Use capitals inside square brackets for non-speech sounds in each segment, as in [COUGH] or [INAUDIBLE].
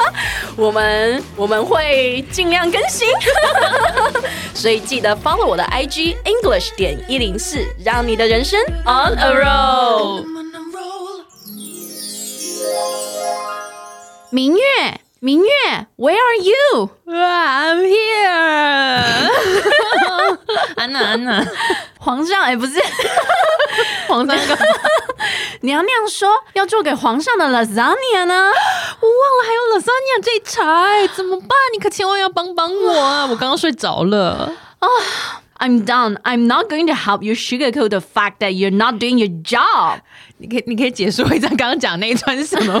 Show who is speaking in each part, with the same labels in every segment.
Speaker 1: [LAUGHS] 我们我们会尽量更新， [LAUGHS] 所以记得 follow 我的 IG English 点一零四，让你的人生 on a roll。
Speaker 2: I'm on a roll.
Speaker 1: 明月，明月，Where are you？
Speaker 3: 哇，I'm
Speaker 1: 呃
Speaker 3: here 。安娜，安 [LAUGHS] 娜，
Speaker 1: 皇上，哎、不是， [LAUGHS]
Speaker 3: 皇上干嘛？
Speaker 1: 娘娘说要做给皇上的 lasagna 呢。
Speaker 3: 我忘了还有 lasagna 这一茬，怎么办？你可千万要帮帮我啊！我刚刚睡着了。
Speaker 1: I'm done. I'm not going to help you sugarcoat the fact that you're not doing your job.
Speaker 3: 你可以，你可以解释一下刚刚讲那一串是什么吗？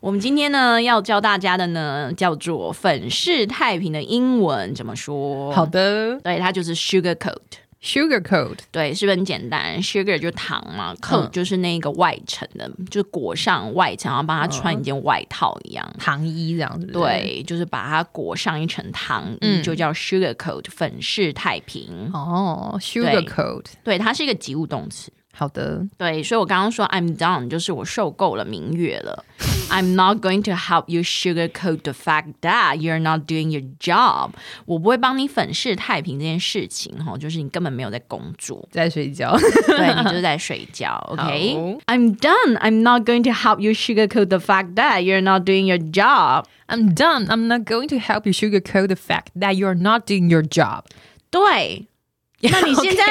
Speaker 1: 我们今天呢要教大家的呢叫做粉饰太平的英文怎么说？
Speaker 3: 好，的
Speaker 1: 对，它就是 sugarcoat。
Speaker 3: ，sugar coat，
Speaker 1: 对，是不是很简单？Sugar 就是糖嘛，coat
Speaker 3: 嗯
Speaker 1: 就是那个外层的，就是裹上外层，然后帮它穿一件外套一样。
Speaker 3: 糖衣这样子。，
Speaker 1: 对，就是把它裹上一层糖衣，
Speaker 3: 嗯
Speaker 1: 就叫 sugar coat 粉饰太平。
Speaker 3: 哦，sugar coat，
Speaker 1: 对，它是一个及物动词。
Speaker 3: 好的，
Speaker 1: 对，所以我刚刚说 I'm done，就是我受够了明月了。I'm not going to help you sugarcoat the fact that you're not doing your job。我不会帮你粉饰太平这件事情，哈，就是你根本没有在工作。
Speaker 3: 在睡觉。 [LAUGHS]
Speaker 1: 对你就是在睡觉。
Speaker 3: 好
Speaker 1: OK，I'm done. I'm not going to help you sugarcoat the fact that you're not doing your job.
Speaker 3: I'm done. I'm not going to help you sugarcoat the fact that you're not doing your job. [LAUGHS]
Speaker 1: 对，那你现在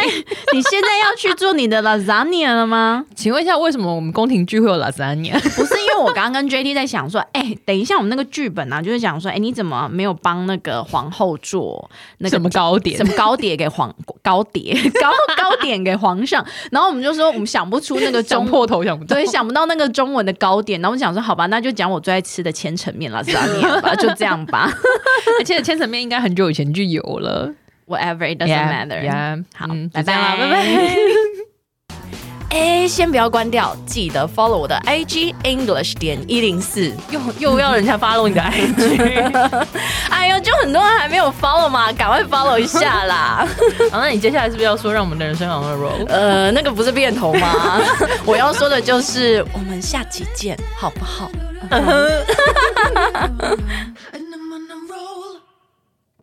Speaker 1: 你现在要去做你的 lasagna 了吗？
Speaker 3: 请问一下，为什么我们宫廷剧会有 lasagna？
Speaker 1: 不是，因为我刚刚跟 JT 在想说，哎、等一下我们那个剧本啊，就是讲说，哎、你怎么没有帮那个皇后做那个
Speaker 3: 什么糕点
Speaker 1: 什么糕点给皇糕点 [LAUGHS] 糕糕点给皇上？然后我们就说我们想不出那个
Speaker 3: 想
Speaker 1: 中
Speaker 3: 破头想不到。
Speaker 1: 对，想不到那个中文的糕点，然后我想说，好吧，那就讲我最爱吃的千层面啦，是吧？面吧，就这样吧 [LAUGHS]
Speaker 3: 而且千层面应该很久以前就有了。
Speaker 1: ，whatever it doesn't
Speaker 3: [LAUGHS] Yeah,
Speaker 1: matter。
Speaker 3: yeah，
Speaker 1: 好
Speaker 3: 嗯，
Speaker 1: 拜
Speaker 3: 就这样啦
Speaker 1: 拜，
Speaker 3: 拜拜。。
Speaker 1: [LAUGHS] 哎，先不要关掉，记得 follow 我的 IG English 点一零四。
Speaker 3: [LAUGHS] 又又要人家 follow 你的 IG， [LAUGHS]
Speaker 1: 哎呦，就很多人还没有 follow 嘛，赶快 follow 一下啦。 [LAUGHS]
Speaker 3: 好，那你接下来是不是要说让我们的人生 on a roll？
Speaker 1: 呃，那个不是变头吗？ [LAUGHS] 我要说的就是，我们下期见，好不好？